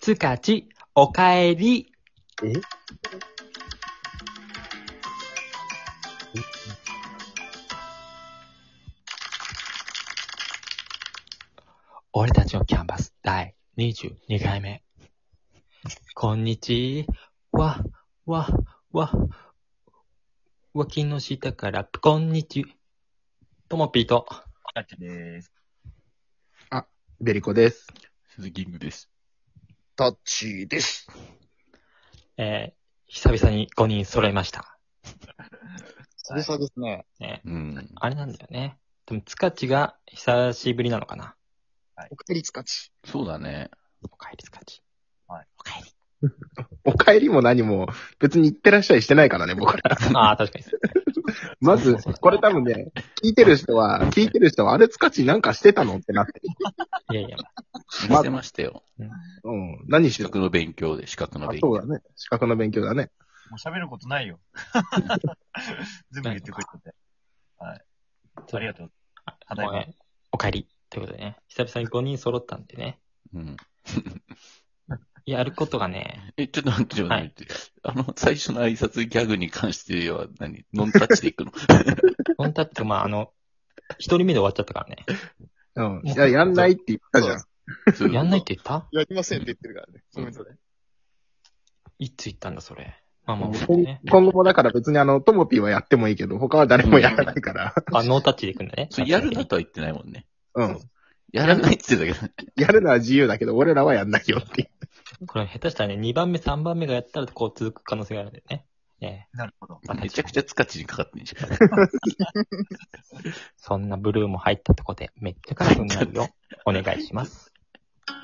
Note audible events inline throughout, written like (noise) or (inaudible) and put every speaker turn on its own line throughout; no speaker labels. つかち、おかえり。
え
俺たちのキャンバス第22回目。こんにちは、わ、わ、脇の下から、こんにちともぴーと。
あちです。
ベリコです。
鈴木ングです。
タッチーです。
えー久々に5人揃いました。
久々ですね。
ね、
うん。
あれなんだよね。でも、つかちが久しぶりなのかな。
おかえりつかち。
そうだね。
おかえりつかち。
はい。
おかえり。 (laughs)
おかえりも何も、別に行ってらっしゃいしてないからね、僕ら。
ああ、確かに。
まず、これ多分ね、聞いてる人は、聞いてる人は、あれつかちなんかしてたのってなって。
いやいや。
ま
してましたよ。
うん。何し
資
てた
格の勉強で、資格の
あ、
勉
そう
強。
だね。資格の勉強だね。
もう喋ることないよ。 (laughs) 全部言ってくれて。ありがとう。ただいま
もうねおかえり。ということでね、久々に5人揃ったんでね、
うん。
やることがね、
え、ちょっと待って、ちょっと
は
待
い
って。あの、最初の挨拶ギャグに関しては何、ノンタッチでいくの
本当だって、まあ、あの、一人目で終わっちゃったからね。
うん。いや、やんないって言ったじゃん。
そううこと
やんないって言った
やりませんって言ってるからね。ごめんなさい。
いつ言ったんだ、それ。まあまあ、
今
ね。
今後もだから別にあの、トモピーはやってもいいけど、他は誰もやらないから。
あ、ノータッチでいくんだね。
それやるなとは言ってないもんね。
うん。
やらないって言ってたけ
やるのは自由だけど、俺らはやんないよっていう。
これ下手したらね、2番目、3番目がやったら、こう続く可能性があるんだよね。ええ
なるほど。
ど、めちゃくちゃつかちにかかってんじゃん。
そんなブルーも入ったとこで、めっちゃカラフルになるよ。お願いします。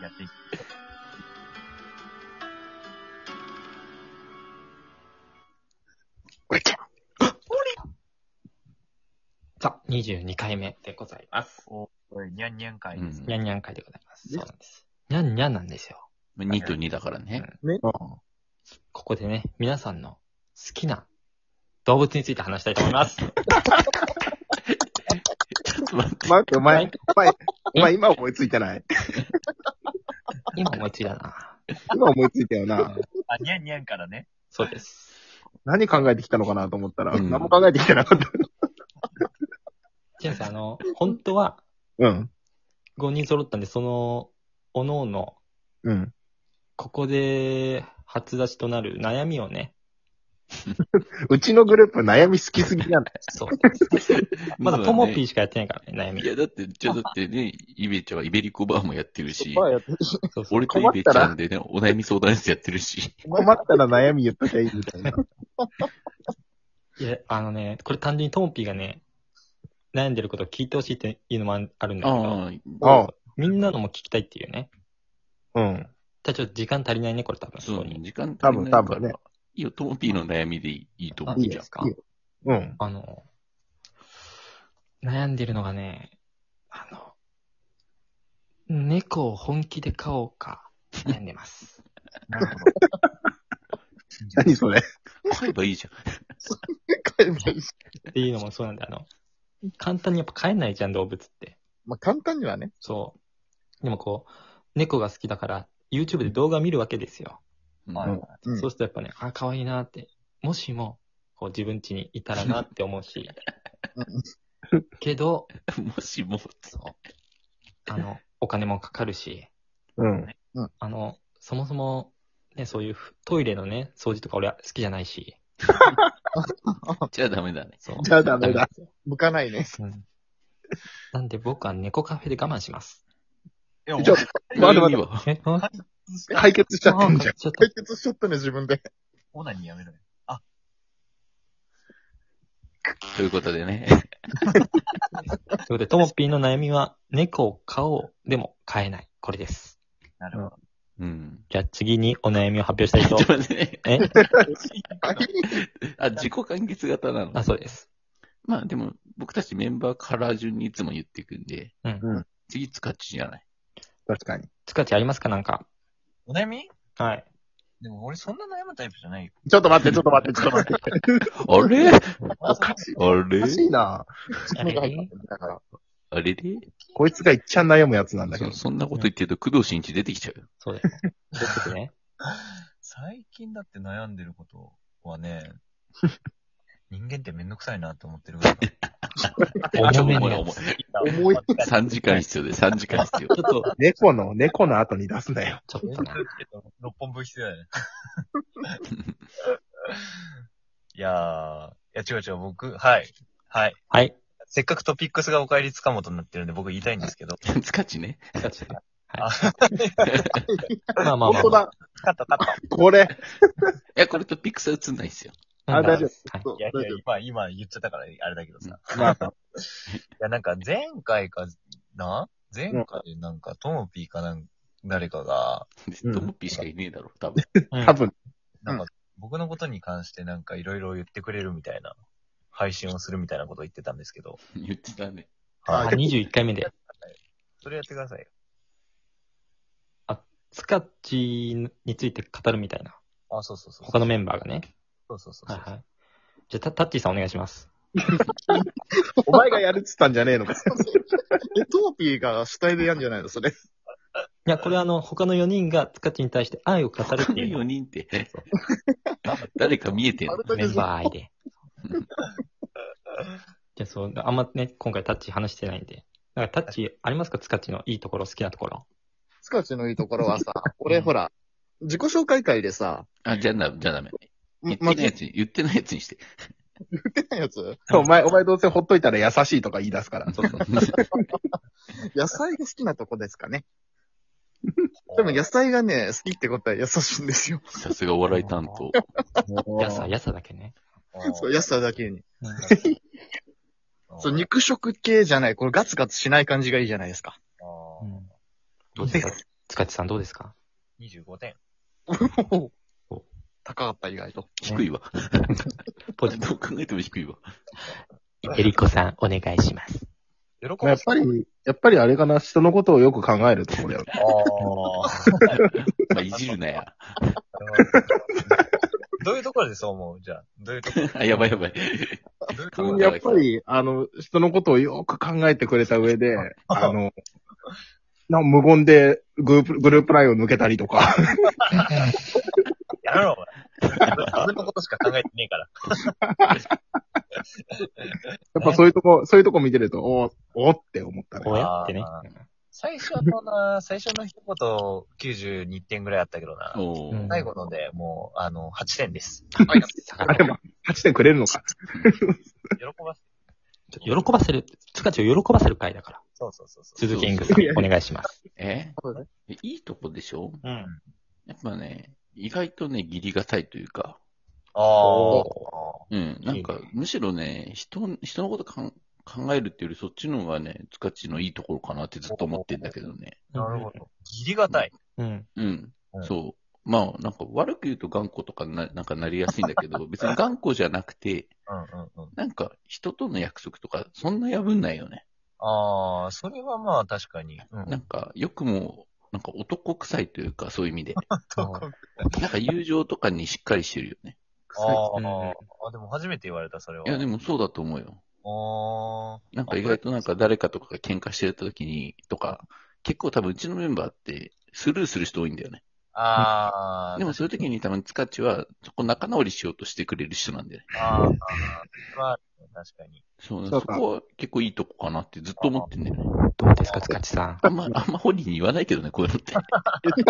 やっていき
さあ、22回目でございます。
おこれ、にゃんにゃん会です
に
ね。
ゃんにゃん会でございます。そうなんです。にゃんにゃんなんですよ。
2と2だからね。 (laughs)
ここでね、皆さんの好きな動物について話したいと思い (laughs) ます。
ちょっと待って。
待って、お
は
前
い、
お前、お前今思いついてない。
今思いついたな。
今思いついたよ
う
な。
ん
(laughs)
あ、にゃんにゃんからね。
そうです。
何考えてきたのかなと思ったら、
うん
何も考えてきてなかった。
ちなみにさん、あの、本当は
うん。
5人揃ったんで、その、おのおの、
うん。
ここで初出しとなる悩みをね、
うちのグループ悩み好きすぎ (laughs) なんだよ。
(laughs) そうです。まだ
そう
とも
ね
ぴーしかやってないからね、悩み
い。や、だって、ちょ、だってね、イベちゃんはイベリコバーもやってるし、
そうそう
俺とイベちゃんでね、お悩み相談室やってるし。
困ったら悩み言っときゃいいみたいな。
いや、あのね、これ単純にともぴーがね、悩んでることを聞いてほしいっていうのもああるんだけど、
(laughs) ああ、
(laughs) ああ
みんなのも聞きたいっていうね。
うん。
ただちょっと時間足りないね、これ多分。
そうね、時間
多
足
分
りない
多
か
分ね
ら。いいよ、トモピーの悩みでいいと思
あ
う
い
い
い
い
じ
で
ゃん
す。か
いいようん。
あの、悩んでるのがね、あの、猫を本気で飼おうか、悩んでます。
なるほど。
何そ (laughs) れ
買えばいいじゃ
っていうのもそうなんだよ。あの、簡単にやっぱ飼えないじゃん、動物って。
まあ、簡単にはね。
そう。でもこう、猫が好きだから、YouTube で動画見るわけですよ。
ん。
は
う
い
ん
はい。
うん
そうするとやっぱね、あ、可愛いなって。もしも、こう自分家にいたらなって思うし。けど、
もしも、
そう。あの、お金もかかるし、
うん。
あの、そもそも、ね、そういうふトイレのね、掃除とか俺は好きじゃないし。
じゃあダメだね。
そう。
じゃあダメだ。
向かないね。
うんなんで僕は猫カフェで我慢します。
いや、もう
ちょ、待って待って
え
て。
あ
解決しちゃってんじゃん。
ちょっと
解決しちゃったね、自
(laughs)
分で。
オナニーやめろよ。
ということでね。
ということで、ともぴーの悩みは、猫を飼おう、でも飼えない。これです。
なるほど。
うん。
じゃあ次にお悩みを発表したい
ちょ
と
っ。と待って
え
ね。あ、自己完結型なの
あ、。そうです。
まあでも、僕たちメンバーから順にいつも言っていくんで。
うん
うん
次、つかっちじゃない。
確かに。
つかちありますかなんか。
お悩み
はい。
でも俺そんな悩むタイプじゃないよ。
ちょっと待って、ちょっと待って、ちょっと待って。
あれあ
おかしい。おかし
れ
いな。
口の中入ったんだから。
あれで
こいつがいっちゃん悩むやつなんだけど
そ。そんなこと言ってると工藤新一出てきちゃうよ。
そうだよ。出てくね。
最近だって悩んでることはね、人間ってめんどくさいなと思ってるから。
重めの
重い
や
重い
つ。。
重い。
3時間必要で、3時間必
(laughs)
要。
ちょっと、
猫の、猫の後に出すなよ。
ちょっとね。
六本分必要だよね。
(laughs)
いやー、いや違う違う、僕、はい。はい。
はい。
せっかくトピックスがお帰りつかもとになってるんで僕言いたいんです
(laughs)
けど。
つかちね。
まあまあま
本
あ
当
まあ。
だ。
カットカット。
こ
い
れ。
や、これとピックスは映んないですよ。
あ、大丈
はい
夫。そう
いやい
大
や
丈、
今、今言っちゃったから、あれだけどさ。
夫。ま
い
あ、
や、なんか前回かな前回なんかトモピーかなん誰かが、
うん
トモピーしかいねえだろ、多分。 (laughs)
うん
多分、
なんか僕のことに関してなんかいろいろ言ってくれるみたいな、配信をするみたいなこと言ってたんですけど。
言ってたね。
あ
はい。
21回目で。
それやってくださいよ。
スカッチについて語るみたいな。
あ、そうそうそう。
他のメンバーがね。
そうそうそうそ
は
う。
いはい。じゃあ、タタッチーさんお願いします。
お前がやるっつったんじゃねえのか。
え、トーピーが主体でやんじゃないのそれ。
いや、これあの、他の4人がスカッチに対して愛を語るってい
4
う
人って。誰か見えてんの
丸投
メ
げ
ン
する
バー愛で。 (laughs) じゃあ、そう、あんまね、今回タッチー話してないんで。なんかタッチーありますかスカッチのいいところ、好きなところ。
スカッチのいいところはさ、俺ほら、自己紹介会でさ、
あ、じゃあな、じゃあダメ。言
ま
っ、
ま
てないやつに、言ってないやつにして。
言ってないやつ
お前、お前どうせほっといたら優しいとか言い出すから。
そうそう
野菜が好きなとこですかね。でも野菜がね、好きってことは優しいんですよ。
(laughs) さすがお笑い担当。
やさ、やさだけね。
そう、安さだけに。
あー
そう、肉食系じゃない、これガツガツしない感じがいいじゃないですか。
あー
うんどうですかスカッチさんどうですか
25点。
高かった意外と。
低 (laughs) いわ。
ポジテ
どう考えても低いわ。
ィブ。エリコさん、お願いします。
(laughs) 喜
ま
ぶ。
あやっぱり、やっぱりあれかな、人のことをよく考えるところだよね。
ああ。
まあ、いじるなや。
(laughs) どういうところでそう思うじゃあ。どういうところ
あ、やばいやばい。
どういうとこ
考え
(laughs) やっぱり、あの、人のことをよく考えてくれた上 (laughs) で、あの、な無言でグループ、グループラインを抜けたりとか。
やめろ、 (laughs) お前。自分のことしか考えてねえから。
やっぱそういうとこ、そういうとこ見てると、おおって思ったね。
こうやってね。
あ最初のな、最初の一言92点ぐらいあったけどな。
おー
うん
最後ので、もう、あの、8点です。
下
あ、
が
で
る
も、8点くれるのか。
喜ばせて。
喜ばせる、スカッチを喜ばせる回だから。
そうそうそうそう。
鈴木エングさん、お願いします。
え
そうだね
いいとこでしょ
うん。
やっぱね、意外とね、義理がたいというか、
ああ。
うん、なん
い
か
い、
むしろね、人、人のことかん考えるっていうより、そっちの方がね、つかちのいいところかなってずっと思ってんだけどね。
なるほど。ギリがたい。
うん。
うん
う、ん
そう。まあ、なんか悪く言うと頑固とかな、なんかなりやすいんだけ
(laughs)
ど、別に頑固じゃなくて、
うんうんうん。
なんか人との約束とか、そんな破んないよね。
ああ、それはまあ確かに。うん。
なんか、よくも、なんか男臭いというか、そういう意味で。
あ
なんか友情とかにしっかりしてるよね。
あ
うん
ー、あ、でも初めて言われた、それは。
いや、でもそうだと思うよ。
あ
なんか意外となんか誰かとかが喧嘩してた時に、とか、結構多分うちのメンバーってスルーする人多いんだよね。
あ。ああ。
でもそういう時に多分ツカッチは、そこ仲直りしようとしてくれる人なんで、ね、
ああ、まあ、確かに。
そう
そ
そう
か
こは結構いいとこかなってずっと思ってんだよね。
どうですか、スカッチさん。
あんま、あんま本人に言わないけどね、こういう (laughs) のって。
な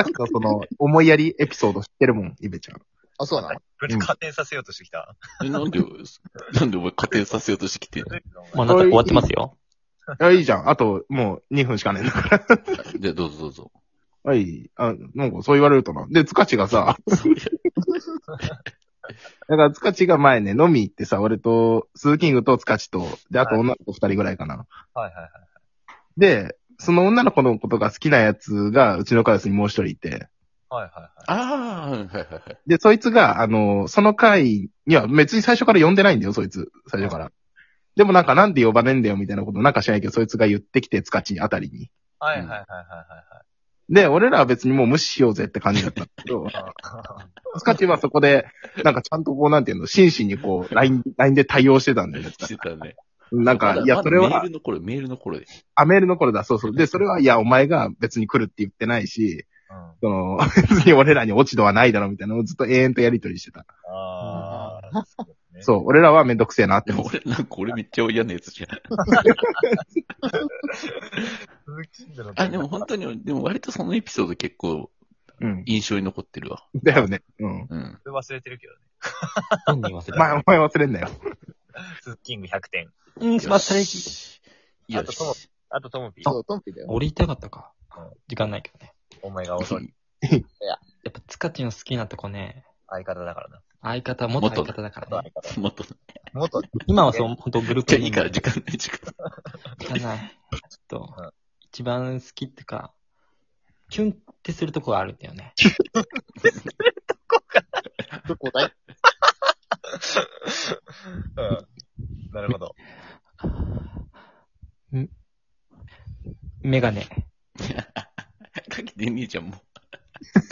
んかその、思いやりエピソード知ってるもん、イベちゃん。
あ、そうなの
これ加点させようとしてきた。
えなんで、なんでお前家庭させようとしてきて。
もうあなた終わってますよ。
いや、いいじゃん。あと、もう2分しかねえんだから。
じゃあどうぞどうぞ。
はい。あ、なんかそう言われるとな。で、つかちがさ、 (laughs) だからつかちが前ね、飲み行ってさ、俺と、スーキングとつかちと、で、あと女の子二人ぐらいかな。
はいはいはい。
で、その女の子のことが好きなやつが、うちのクラスにもう一人いて、
はいはい
ああ、はいはいはい。
で、そいつが、あの、その回、いや、別に最初から呼んでないんだよ、そいつ。最初から。でもなんか、なんで呼ばねえんだよ、みたいなことなんかしないけど、そいつが言ってきて、つかちあたりに。
はい。はいはいはいはい
で、俺らは別にもう無視しようぜって感じだったんだけど、
はいはい。
スカッチはそこで、なんかちゃんとこう、なんていうの、真摯にこう、LINE、LINE で対応してたんだよね。
(laughs) してたね。
なん
ま
か、
だ
いや、
まだ
それ
メー
は、
ルの頃、メールの頃です。
あ、メールの頃だ、そうそう。で、それは、いや、お前が別に来るって言ってないし、
うん。あ
その、別に俺らに落ち度はないだろ、みたいなのをずっと永遠とやりとりしてた。
あー、そうですね
そう、俺らはめんどくせえなって
で
思
も
って。
俺、なんか俺めっちゃ嫌なやつじゃん。
続きだろう
(laughs) あ、でも本当に、でも割とそのエピソード結構
うん。
印象に残ってるわ。
だよね。うん。
うん。
それ忘れてるけどね。
本人忘れた。
まあ、お前忘れんなよ。
スッキング100点。
うん、
よ
また
し
俺
よ
あと友
し。
あとトモピー、
そう、トンピだよ。
言いたかったか
うん。
時間ないけどね。
お前が遅い
やっぱ、つかちの好きなとこね、
相方だからな。
相方、元相方だからね。
もっと、
もっと、
今は (laughs) そう、本当グルー
じ
プ
ゃあいいから、
時
時間ない、時間ない。
間ない。ちょっ
うん
と、一番好きってか、キュンってするとこがあるんだよね。
どこだい
うん。なるほど。
んメガネ。
かけてねえじゃん、も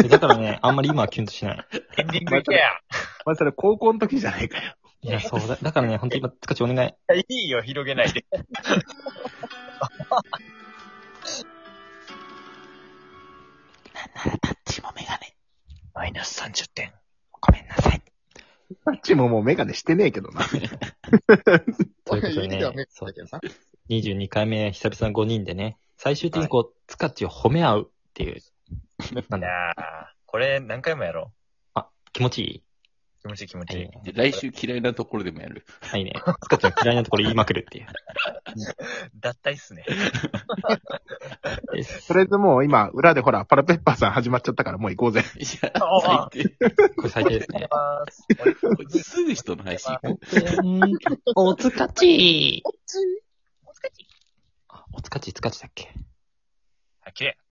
だからね、あんまり今はキュンとしない。
エンディングいけや。
お前それ高校の時じゃないかよ。
いや、そうだ。だからね、本当今、つかちお願い。
いいよ、広げないで。
う。タッチもメガネ。
マイナス30点。
ごめんなさい。
タッチももうメガネしてねえけどな。
ということ
(laughs)
で
意味ではメ
ね
ッ、セだけどな。
22回目、久々の5人でね、最終的にこう、つかちを褒め合うっていう。なん
い
だ
やー、これ何回もやろ。
気持ちいいう
気持ちいい気持ち
はい
い
い
い。
ね。
で来週嫌いなところでもやる。
はいね。つかちゃん嫌いなところ言いまくるっていう。
脱退っすね。
です
とりあえずもう今、裏でほら、パラペッパーさん始まっちゃったからもう行こうぜ。
いや、
おう
最低。
これ最低ですね。
ます。
こいつすぐ人の配信。
おつかちおつかちおつかちつかちだっけ
あ、綺麗。